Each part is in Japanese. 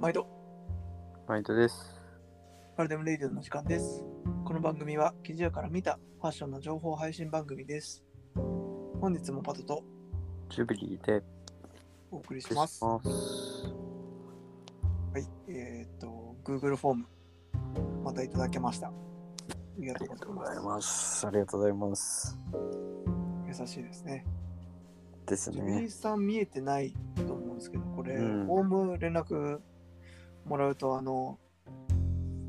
毎度、マイトです。パルデムレイディオの時間です。この番組は、記事屋から見たファッションの情報配信番組です。本日もパトとジュビリーでお送りし失礼ましす。はます。い、えっ、と、Google フォーム、またいただけました。ありがあとりうございがとうまございます。ありがとうございます。す。優しいですね。ですジュビリね。ーさん見えてないと思うんですけど、これ、うんフォーム連絡もらうと、あの、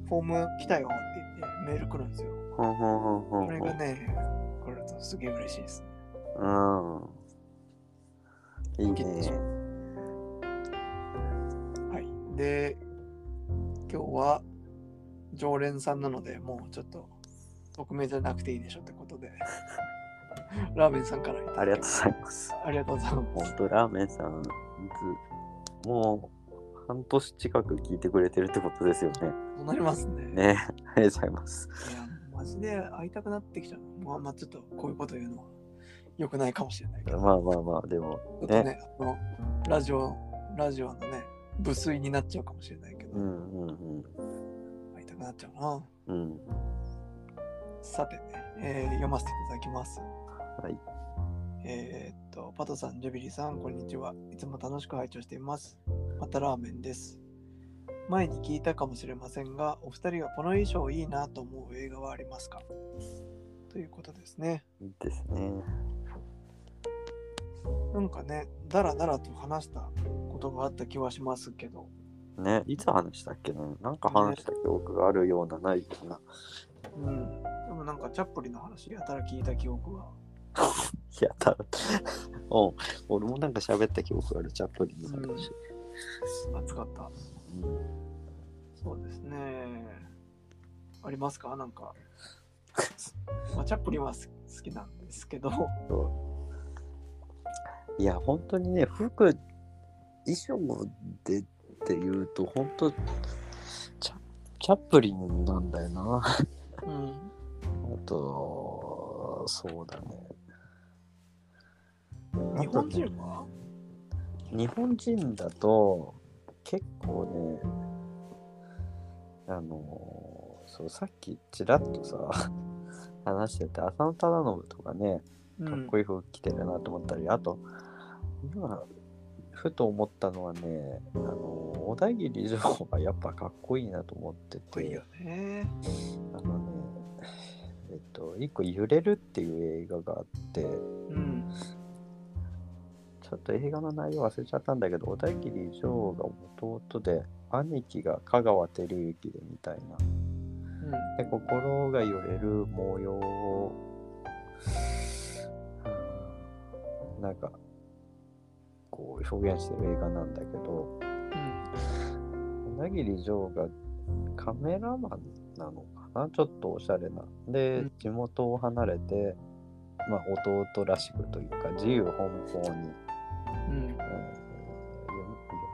フォーム来たよって言ってメール来るんですよ。ほんほんほんほんこれがね、来るとすげえ嬉しいです。ほん。うん。いいね。はい。で、今日は常連さんなので、もうちょっと匿名じゃなくていいでしょってことで、 ラーメンさんからいただきありがとうございます。ありがとうございまほすん。と、ラーメンさん、ずもう半年近く聞いてくれてるってことですよね。そうなりますね。ね。ありがとうございます。いや、マジで会いたくなってきちゃう。まあ、まあ、ちょっとこういうこと言うのは良くないかもしれないけまど、あちまあまあ、でも、ょっとね、あのラジオ、ラジオのね、無粋になっちゃうかもしれないけど、うんうん会いたくなっちゃうな。うん。うん。さて、えー読ませていただきます。はい。えーっと、パトさん、ジュビリーさん、こんにちは。いつも楽しく拝聴しています。またラーメンです。前に聞いたかもしれませんが、お二人はこの衣装いいなと思う映画はありますかということですね。ですね。なんかね、だらだらと話したことがあった気はしますけど、ね、いつ話したっけななんか話した記憶があるような、ないような。うん。でもなんかチャップリンの話、やたら聞いた記憶が。やったら。うん。俺もなんか喋った記憶ある、チャップリンの話。熱かった。うんそうですね。ありますかなんか。 まあ、チャップリンはす好きなんですけど、いや、本当にね、服、衣装でっていうと、本当チャチャップリンなんだよな。うん、あと、そうだね。日本人は日本人だと結構ねあのーそうさっきちらっとさ話してて浅野忠信とかねうんかっこいい服着てるなと思ったり、あと今ふと思ったのはねあのー小田切城がやっぱかっこいいなと思ってかっこいいてよね。あのねえっと一個「揺れる」っていう映画があってうん。ちょっと映画の内容忘れちゃったんだけど、小田切丈が弟で、兄貴が香川照之でみたいうな。ん。で、心が揺れる模様を、うんなんか、こう表現してる映画なんだけど、うん。小田切丈がカメラマンなのかなちょっとおしゃれな。でうん、地元を離れて、まあ、弟らしくというか、自由奔放に。うん。えー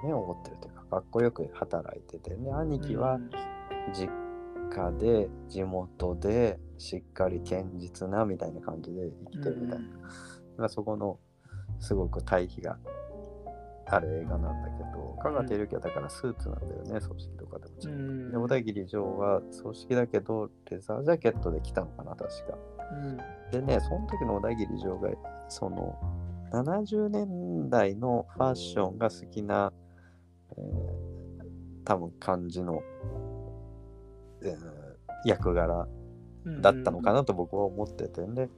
夢夢を持ってるというかかっこよく働いててね兄貴は実家で地元でしっかり堅実なみたいな感じで生きてるみたいな、まあ、そこのすごく対比がある映画なんだけど香川照之はだからスーツなんだよね、葬式とかでもうちろん。ん。で小田切城は葬式だけどレザージャケットで来たのかな確か。うん。でね、その時の小田切城が、その、70年代のファッションが好きな、えー多分感じの、えー役柄うんだったのか。なと僕は思ってて、で、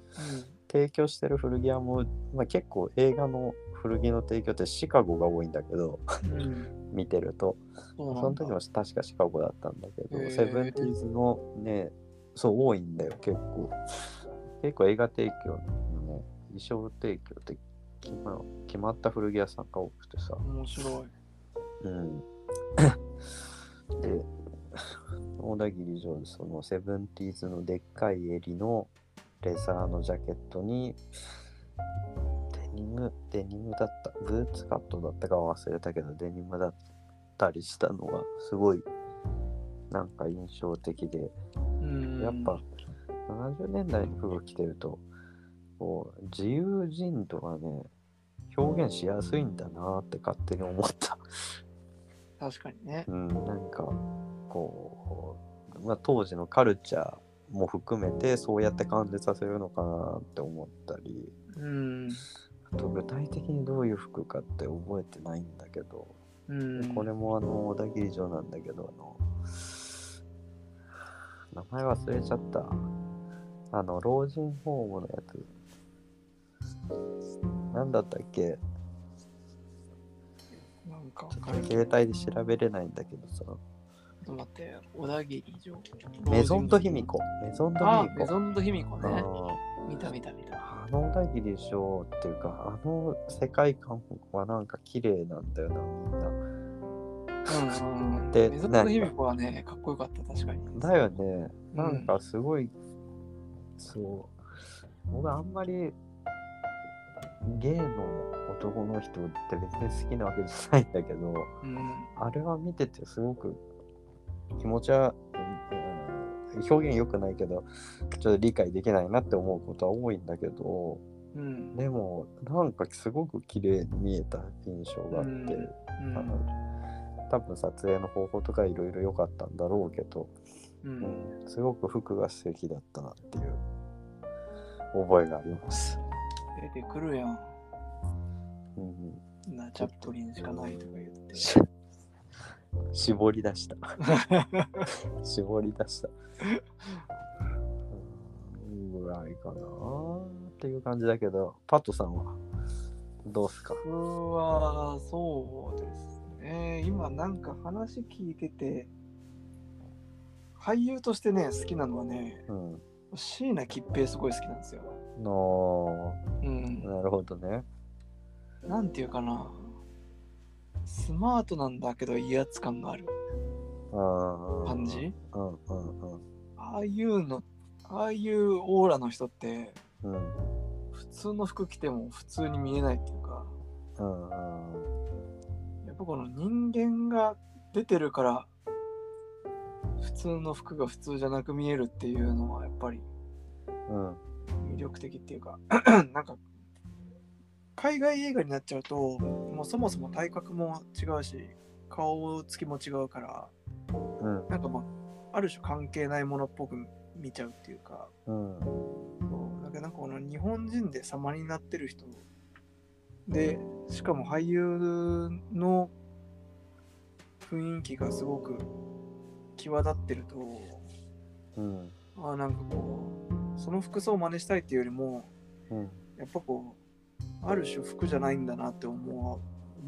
提供してる古着屋も、まあ、結構映画の古着の提供ってシカゴが多いんだけど、うん。うん。見てると、そ そうなのんだ時も確かシカゴだったんだけど、へーセブンティーズのね、そう多いんだよ、結構。結構映画提供のね、衣装提供って決ま決まった古着屋さんが多くてさ。面白い。うん。で、小田切城でそのセブンティーズのでっかい襟のレザーのジャケットに、デニム、デニムだった、ブーツカットだったかは忘れたけど、デニムだったりしたのが、すごい、なんか印象的で、うん。やっぱ、70年代の服着てると、こう、自由人とかね、表現しやすいんだなって勝手に思った。確かにね。うん、なんかこう、まあ、当時のカルチャーも含めてそうやって感じさせるのかなって思ったりうん。あと具体的にどういう服かって覚えてないんだけど、うん。これもあの小田切城なんだけどあの名前忘れちゃったあの老人ホームのやつ何だったっけなんかわちょっかとるけ携帯で調べれないんだけどさど、待って、小田切城。メゾンと卑弥呼メゾンとあ、卑メ弥呼ゾンド卑弥呼ね。あー見た見た見た。あの小田切賞っていうかあの世界観はなんか綺麗なんだよなみんな。うんうんうん。でメゾンド卑弥呼はね、かっこよかった、確かに。だよねうんなんかすごい、そう僕あんまりゲイの男の人って別に好きなわけじゃないんだけどうん。あれは見ててすごく気持ちは、うん表現良くないけどちょっと理解できないなって思うことは多いんだけど。うん。でもなんかすごく綺麗に見えた印象があって、うあん。の多分撮影の方法とかいろいろ良かったんだろうけど、うん。うんすごく服が素敵だったなっていう覚えがあります。出てくるやん。うん、な、チャップリンしかないとか言って。し 絞り 出した。絞り出した。うんぐらいかなっていう感じだけど、パットさんはどうっすか僕はそうですね今なんか話聞いてて俳優としてね好きなのはねうん。椎名桔平すごい好きなんですよのうんなるほどね。なんていうかなスマートなんだけど威圧感がある感感じうんうんうんああいうのああいうオーラの人ってうん普通の服着ても普通に見えないっていうかうんうんやっぱこの人間が出てるから普通の服が普通じゃなく見えるっていうのはやっぱりうん魅力的っていうか なんか海外映画になっちゃうともうそもそも体格も違うし顔つきも違うからうんなんかまあある種関係ないものっぽく見ちゃうっていうかうんそうだけどなんかこの日本人で様になってる人でしかも俳優の雰囲気がすごく際立ってるとうんあーなんかこうその服装を真似したいっていうよりもうんやっぱこうある種服じゃないんだなって思う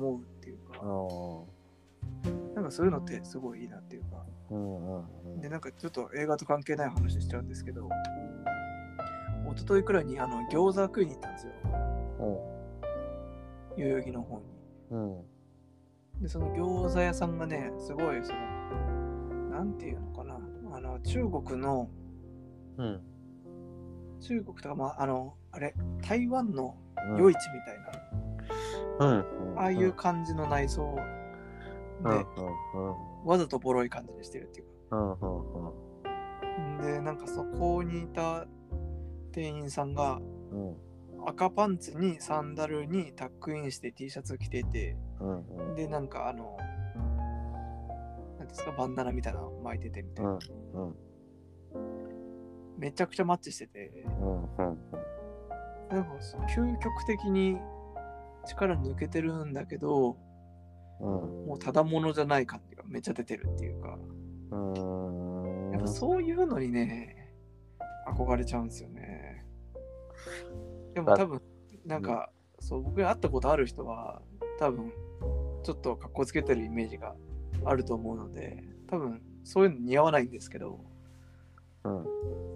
思うっていうあかーなんかそういうのってすごいいいなっていうかうんうんでなんかちょっと映画と関係ない話しちゃうんですけど一昨日くらいにあの餃子食いに行ったんですよ代々木の方に。うんでその餃子屋さんがねすごいそのなんていうのかなあの中国のうん中国とかまああのあれ台湾のうん夜市みたいな、うんああいう感じの内装うんで、うんうんわざとボロい感じにしてるっていううんうんうんかでなんかそこにいた店員さんがうん赤パンツにサンダルにタックインして T シャツ着ててうんうんでなんかあのなんていうんですかバンダナみたいなの巻いててみたいな、うんうんめちゃくちゃマッチしててうんうんなんか究極的に力抜けてるんだけどうんもうただものじゃない感じがめっちゃ出てるっていうかうんやっぱそういうのにね憧れちゃうんですよねでもだ多分なんかそう僕が会ったことある人は多分ちょっと格好つけてるイメージがあると思うので多分そういうの似合わないんですけどうん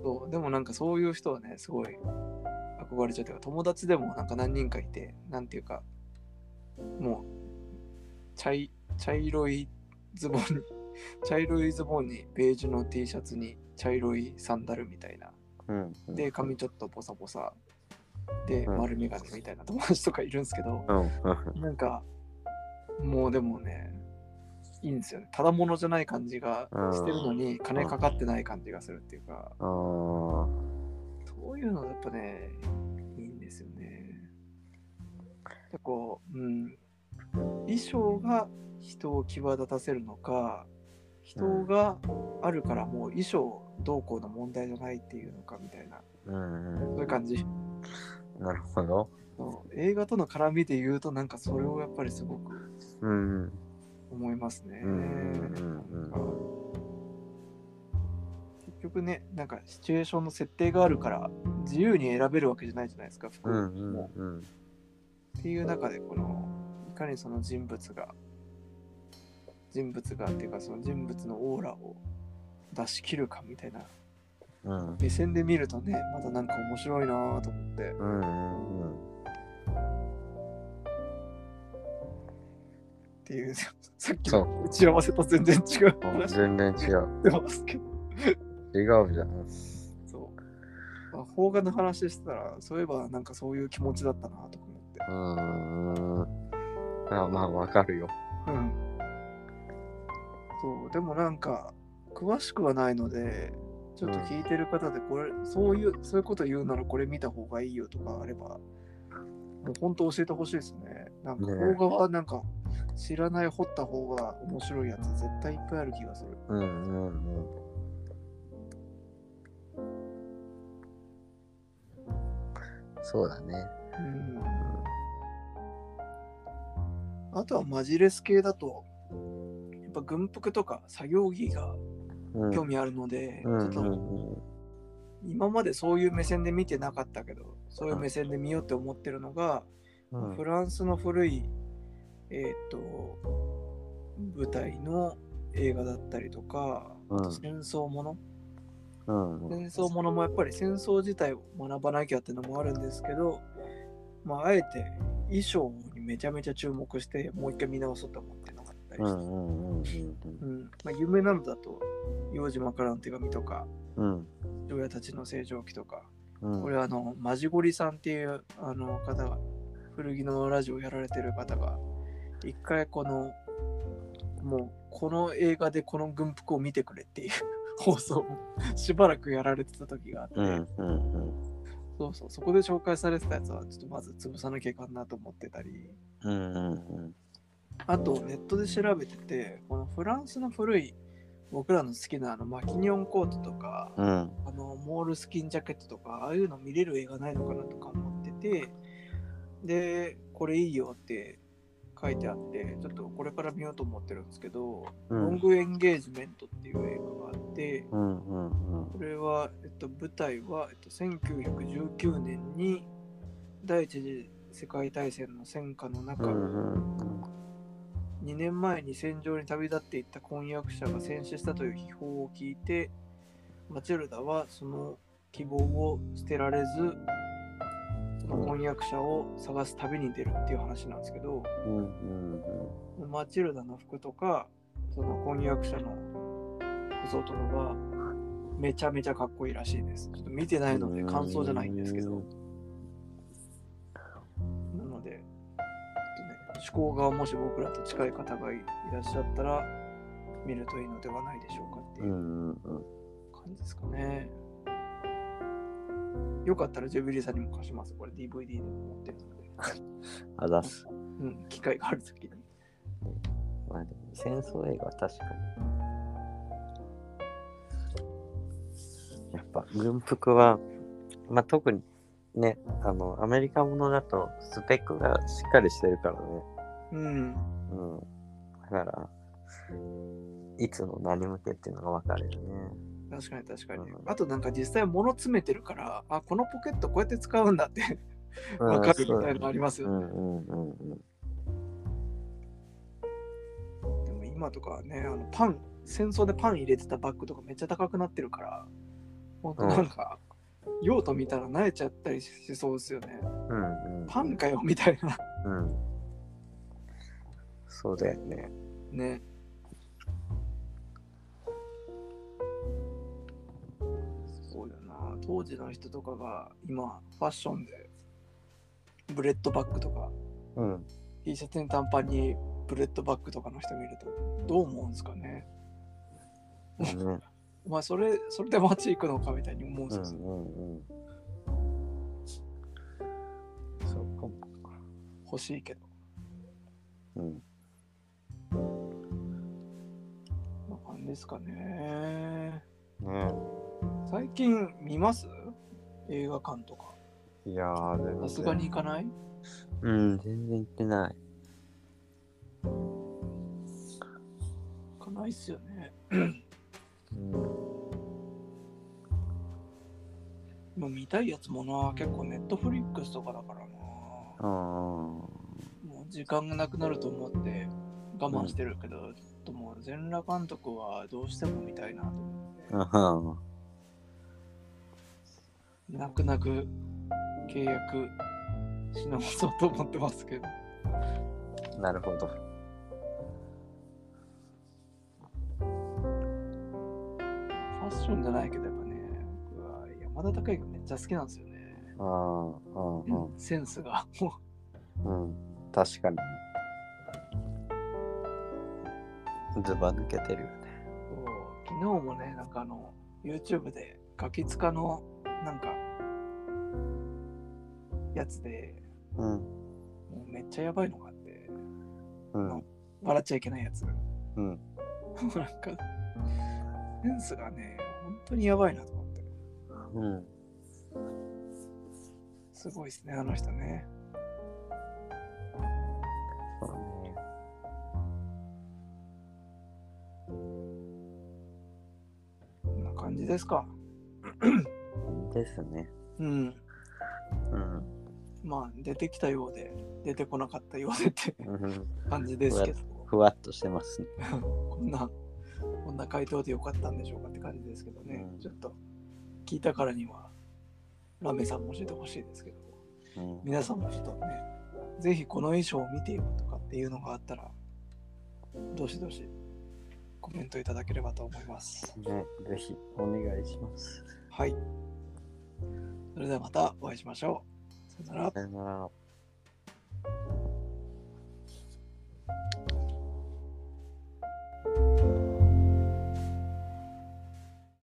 そうでもなんかそういう人はねすごい憧れちゃうというか友達でもなんか何人かいてなんていうかもう茶い茶色いズボンに 茶色いズボンにベージュの T シャツに茶色いサンダルみたいなうんで髪ちょっとボサボサでうん丸眼鏡みたいな友達とかいるんですけどうんなんかもうでもねいいんですよねただものじゃない感じがしてるのに金かかってない感じがするっていうか。あーそういうのやっぱね、いいんですよね。でこう、うん、衣装が人を際立たせるのか人があるからもう衣装どうこうの問題じゃないっていうのかみたいなうんそういう感じなるほど。そう映画との絡みで言うとなんかそれをやっぱりすごくうんうん思いますね。うんうんうんなんか結局ねなんかシチュエーションの設定があるから自由に選べるわけじゃないじゃないですか服うも、んうんうんっていう中でこのいかにその人物が人物がっていうかその人物のオーラを出し切るかみたいなうん目線で見るとねまたなんか面白いなぁと思ってうんうんっていう さっきその打ち合わせと全然違ううん。話し全然違う。てますけど違うじゃん。そう、まあ、邦画の話してたらそういえばなんかそういう気持ちだったなぁとか思ってうん。あまあ、わかるよ。うんそうでもなんか詳しくはないのでちょっと聞いてる方でこれ、そういうそういうこと言うならこれ見た方がいいよとかあればもう本当教えてほしいですねなんかね動画はなんか知らない掘った方が面白いやつ絶対いっぱいある気がするうんうんうん。そうだね。うんあとはマジレス系だとやっぱ軍服とか作業着がうん。興味あるので、うんうちょっとん今までそういう目線で見てなかったけどそういう目線で見ようって思ってるのが、うんフランスの古いえっ、と舞台の映画だったりとか、うんあと戦争ものうんうん戦争ものもやっぱり戦争自体を学ばなきゃってのもあるんですけど、まあ、あえて衣装にめちゃめちゃ注目してもう一回見直そうと思ってなかったりうしんて、うんうんうんまあ、有名なのだと洋島からの手紙とかうん父親たちの成長期とかうんこれあのマジゴリさんっていうあの方が古着のラジオやられてる方が一回このもうこの映画でこの軍服を見てくれっていう放送をしばらくやられてた時があって、うんうんうんそうそうそこで紹介されてたやつはちょっとまず潰さなきゃいかんなと思ってたりうんうんあとネットで調べててこのフランスの古い僕らの好きなあのマキニオンコートとかうんあのモールスキンジャケットとかああいうの見れる映画ないのかなとか思っててでこれいいよって書いてあってちょっとこれから見ようと思ってるんですけど、うロンんグエンゲージメントっていう映画があってうんうんこれは、えっと、舞台は、えっと、1919年に第一次世界大戦の戦火の中、2年前に戦場に旅立っていった婚約者が戦死したという秘宝を聞いてマチルダはその希望を捨てられずその婚約者を探す旅に出るっていう話なんですけどマチルダの服とかその婚約者の服装とかがめちゃめちゃかっこいいらしいですちょっと見てないので感想じゃないんですけどなので、ちょっとね、思考がもし僕らと近い方がいいらっしゃったら、見るといいのではないでしょうかってういうん感じですかね。よかったらジュビリーさんにも貸します。これ DVD で持ってるので。あざすうん、機会があるときに。まあでも戦争映画は確かにやっぱ軍服はまあ特にねあのアメリカものだとスペックがしっかりしてるからねうん、うんだからいつの何向けっていうのが分かるよね確かに確かにう。んあとなんか実際物詰めてるから、あ、このポケットこうやって使うんだってわかるみたいなのありますうよね。んうんうんうんでも今とかね、あのパン、戦争でパン入れてたバッグとかめっちゃ高くなってるから、本当なんか、用途見たら慣れちゃったりしそうですよね。うんうんパンかよみたいな。うんそうだよね ね。そうだよな。当時の人とかが今、ファッションで、ブレッドバッグとか、 うん T シャツに短パンにブレッドバッグとかの人見ると、どう思うんですかね。ねお前それ、それで街行くのかみたいに思うんうでんすよ。うんうんそうかも欲しいけど。うん。こんな感じですかね。ね最近見ます映画館とか。いやー、全然。さすがに行かないうん、全然行ってない。行かないっすよね。うん。でも見たいやつもな、結構ネットフリックスとかだからな。あーもう時間がなくなると思って我慢してるけど、ちょっともう全裸監督はどうしても見たいなと思って、あは泣く泣く契約し直そうと思ってますけど。ー。なるほど。ファッションじゃないけど、やっぱね、僕は山田孝之めっちゃ好きなんですよね。あーあセンスが。もー、うん。うん。確かに。ずば抜けてるよね。う昨日もね、なんかあの、YouTube でガキ使のなんか、やつで、うん。もうめっちゃやばいのがあって、うん。笑っちゃいけないやつ。 うん。もうなんか、センスがね、本当にやばいなと思って。うん。すごいですね、あの人ね。そうね。こんな感じですか。ですね。うん。うん。まあ、出てきたようで、出てこなかったようでってうん感じですけど、ふわっとしてますね。 こんな、こんな回答でよかったんでしょうかって感じですけどね。うんちょっと、聞いたからには、ラメさんも教えてほしいですけど、うん。皆さんもちょっとね、ぜひこの衣装を見てよとかっていうのがあったら、どしどしコメントいただければと思います。ね、ぜひお願いします。はい。それではまたお会いしましょう。さよなら。さよなら。